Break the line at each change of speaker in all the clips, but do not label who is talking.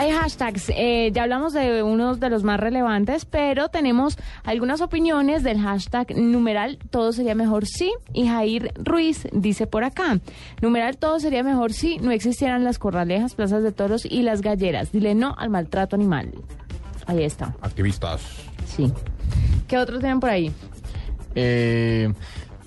Hay hashtags, eh, ya hablamos de unos de los más relevantes, pero tenemos algunas opiniones del hashtag numeral todo sería mejor si y Jair Ruiz dice por acá, numeral todo sería mejor si no existieran las corralejas, plazas de toros y las galleras. Dile no al maltrato animal. Ahí está,
Activistas.
sí. ¿Qué otros tienen por ahí?
Eh,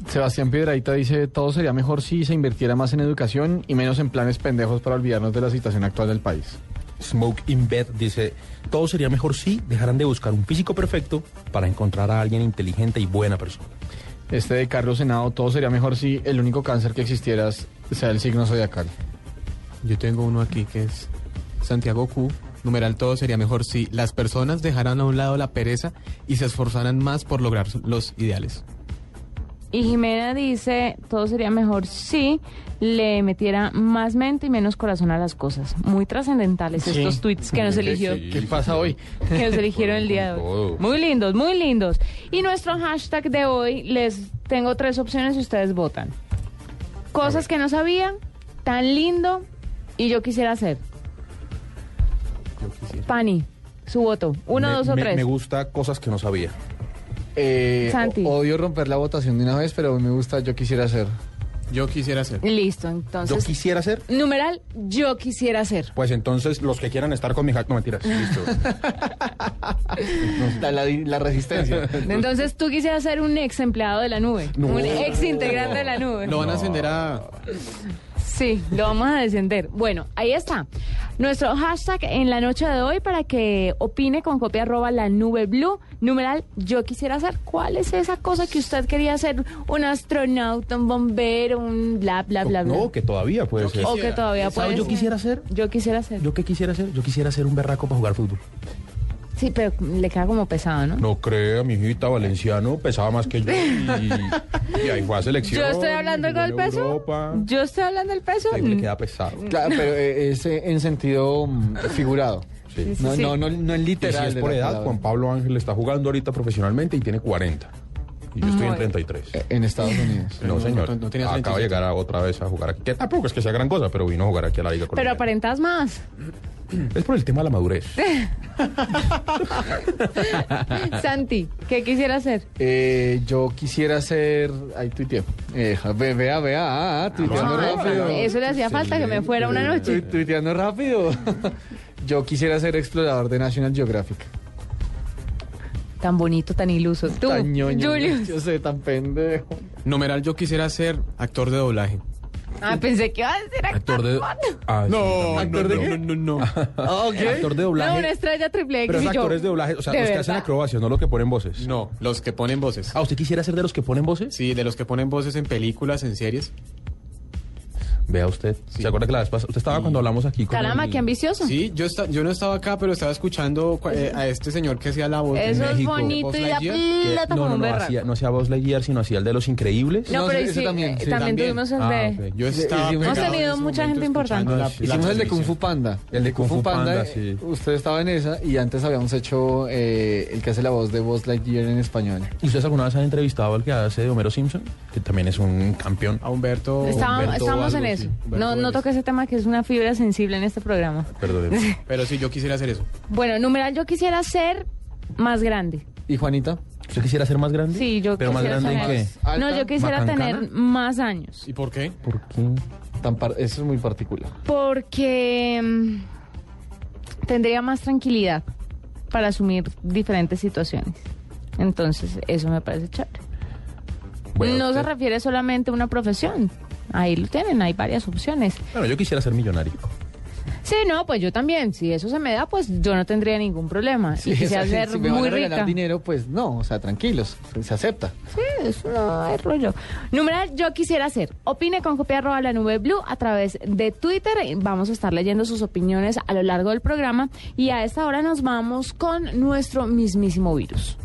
Sebastián Piedraíta dice, todo sería mejor si se invirtiera más en educación y menos en planes pendejos para olvidarnos de la situación actual del país.
Smoke in Bed dice, todo sería mejor si dejaran de buscar un físico perfecto para encontrar a alguien inteligente y buena persona.
Este de Carlos Senado, todo sería mejor si el único cáncer que existiera sea el signo zodiacal.
Yo tengo uno aquí que es Santiago Q. Numeral todo sería mejor si las personas dejaran a un lado la pereza y se esforzaran más por lograr los ideales.
Y Jimena dice, todo sería mejor si le metiera más mente y menos corazón a las cosas. Muy trascendentales
Sí.
estos tweets que nos eligió.
¿Qué pasa hoy?
que nos eligieron el día de hoy. Muy lindos, muy lindos. Y nuestro hashtag de hoy, les tengo tres opciones y ustedes votan. Cosas que no sabía, tan lindo y yo quisiera hacer. Pani, su voto. Uno,
Me-
dos o
me-
tres.
Me gusta cosas que no sabía.
Eh,
Santi.
o- Odio romper la votación de una vez, pero me gusta, yo quisiera hacer.
Yo quisiera ser.
Listo,
Yo
entonces.
quisiera hacer.
numeral, yo quisiera hacer.
Pues entonces, los que quieran estar con mi hack, no mentiras. Listo.
La, la- la resistencia.
Entonces tú quisieras ser un ex empleado de la nube. Un ex integrante de la nube.
Lo van a ascender a...
Sí, lo vamos a descender. Bueno, ahí está. Nuestro hashtag en la noche de hoy para que opine con copia arroba la nube blue. Numeral, yo quisiera hacer. ¿Cuál es esa cosa que usted quería hacer? ¿Un astronauta, un bombero, un bla, bla, bla, bla?
no, que todavía puede ser.
o que todavía puede
¿Sabes yo
ser.
quisiera hacer?
Yo quisiera hacer.
¿Yo qué quisiera hacer? Yo quisiera ser un berraco para jugar fútbol.
Sí, pero le queda como pesado, ¿no?
No crea, mi hijita, Valenciano pesaba más que yo. Y, y ahí fue a selección.
Yo estoy hablando
jugó
con el
en
peso.
Europa.
Yo estoy hablando del peso. Mm.
Ahí le queda pesado.
claro, pero eh, es eh, en sentido mm, figurado.
Sí.
Sí,
No,
sí.
no, no, no en
Y si
literal.
es
de
por
la
edad,
palabra.
Juan Pablo Ángel está jugando ahorita profesionalmente y tiene 40. Y yo estoy
Muy
en 33.
Eh, En Estados Unidos.
No,
no,
señor.
no, no tenías
Acaba
27.
de llegar a otra vez a jugar aquí. Que tampoco es que sea gran cosa, pero vino a jugar aquí a la Liga
Pero
Colombiana.
aparentas más.
Es por el tema de la madurez.
Santi, ¿qué quisiera hacer?
Eh, yo quisiera ser. Ahí tuiteo. Eh, ve- vea, vea, ah, ah, tuiteando
Ah,
rápido. Eh,
eso le hacía falta que me fuera una noche.
Tu- tuiteando rápido. yo quisiera ser explorador de National Geographic.
Tan bonito, tan iluso. Tú,
Tan ñoño.
Julius.
Yo sé, tan pendejo.
Numeral yo quisiera ser actor de doblaje.
Ah, pensé que iba a decir actor.
Actor de. Ah, sí, también.
¿actor de qué? Oh, No, no, no.
Actor de
No, una
doblaje.
estrella triple X.
Pero es
y yo,
actores de doblaje. O sea,
de
los que
verdad.
hacen acrobacias, no los que ponen voces.
No, los que ponen voces.
Ah, ¿usted quisiera ser de los que ponen voces?
Sí, de los que ponen voces en películas, en series.
Vea usted. ¿Se acuerda que la vez pasada? Usted estaba cuando hablamos aquí con.
Caramba,
el-
qué ambicioso.
Sí, yo, esta- yo no estaba acá, pero estaba escuchando cua- eh, a este señor que hacía la voz de
Eso es
México.
bonito y da
Lightyear.
que-
plata como
Eh, No, no,
un
no.
berraco.
Hacía, no hacía voz Lightyear, sino hacía el de los increíbles.
No,
No,
pero
ese
sí,
también,
eh,
sí,
también
también.
tuvimos el de...
Ah, ok.
Yo
Sí,
estaba
sí, hemos
pegado en
tenido
ese
mucha
momento
gente importante.
escuchando la- la
Hicimos el de Kung Fu
transmisión.
Panda.
El de Kung Fu Panda,
eh,
sí.
Usted estaba en esa y antes habíamos hecho eh, el que hace la voz de Buzz Lightyear en español.
¿Y ustedes alguna vez han entrevistado al que hace de Homero Simpson? Que también es un campeón.
Ah.
A Humberto.
Estábamos,
Humberto
estábamos en
algo,
eso.
sí, Humberto
No, no
Vélez.
toca ese tema que es una fibra sensible en este programa.
Perdóneme.
Pero sí, yo quisiera hacer eso.
Bueno, numeral, yo quisiera ser más grande.
¿Y Juanita?
¿Usted quisiera ser más grande?
Sí, yo
¿Pero más
quisiera
grande en
tener-
qué?
qué?
No,
¿Alta?
yo quisiera
¿Macancana?
tener más años.
¿Y por qué?
¿Por qué?
Tan par- eso es muy particular.
Porque mm, tendría más tranquilidad para asumir diferentes situaciones. Entonces, eso me parece chévere.
Bueno,
no se
usted-
refiere solamente a una profesión. Ahí lo tienen, hay varias opciones.
Bueno, yo quisiera ser millonario.
Sí, no, pues yo también. Si eso se me da, pues yo no tendría ningún problema.
Sí,
y
o sea,
quisiera
si-
ser
si me van
muy
a regalar
rica.
dinero, pues no, o sea, tranquilos, se, se acepta.
Sí, eso no hay rollo. Numeral, yo quisiera hacer. Opine con copia arroba la nube blue a través de Twitter. Vamos a estar leyendo sus opiniones a lo largo del programa. Y a esta hora nos vamos con nuestro mismísimo virus.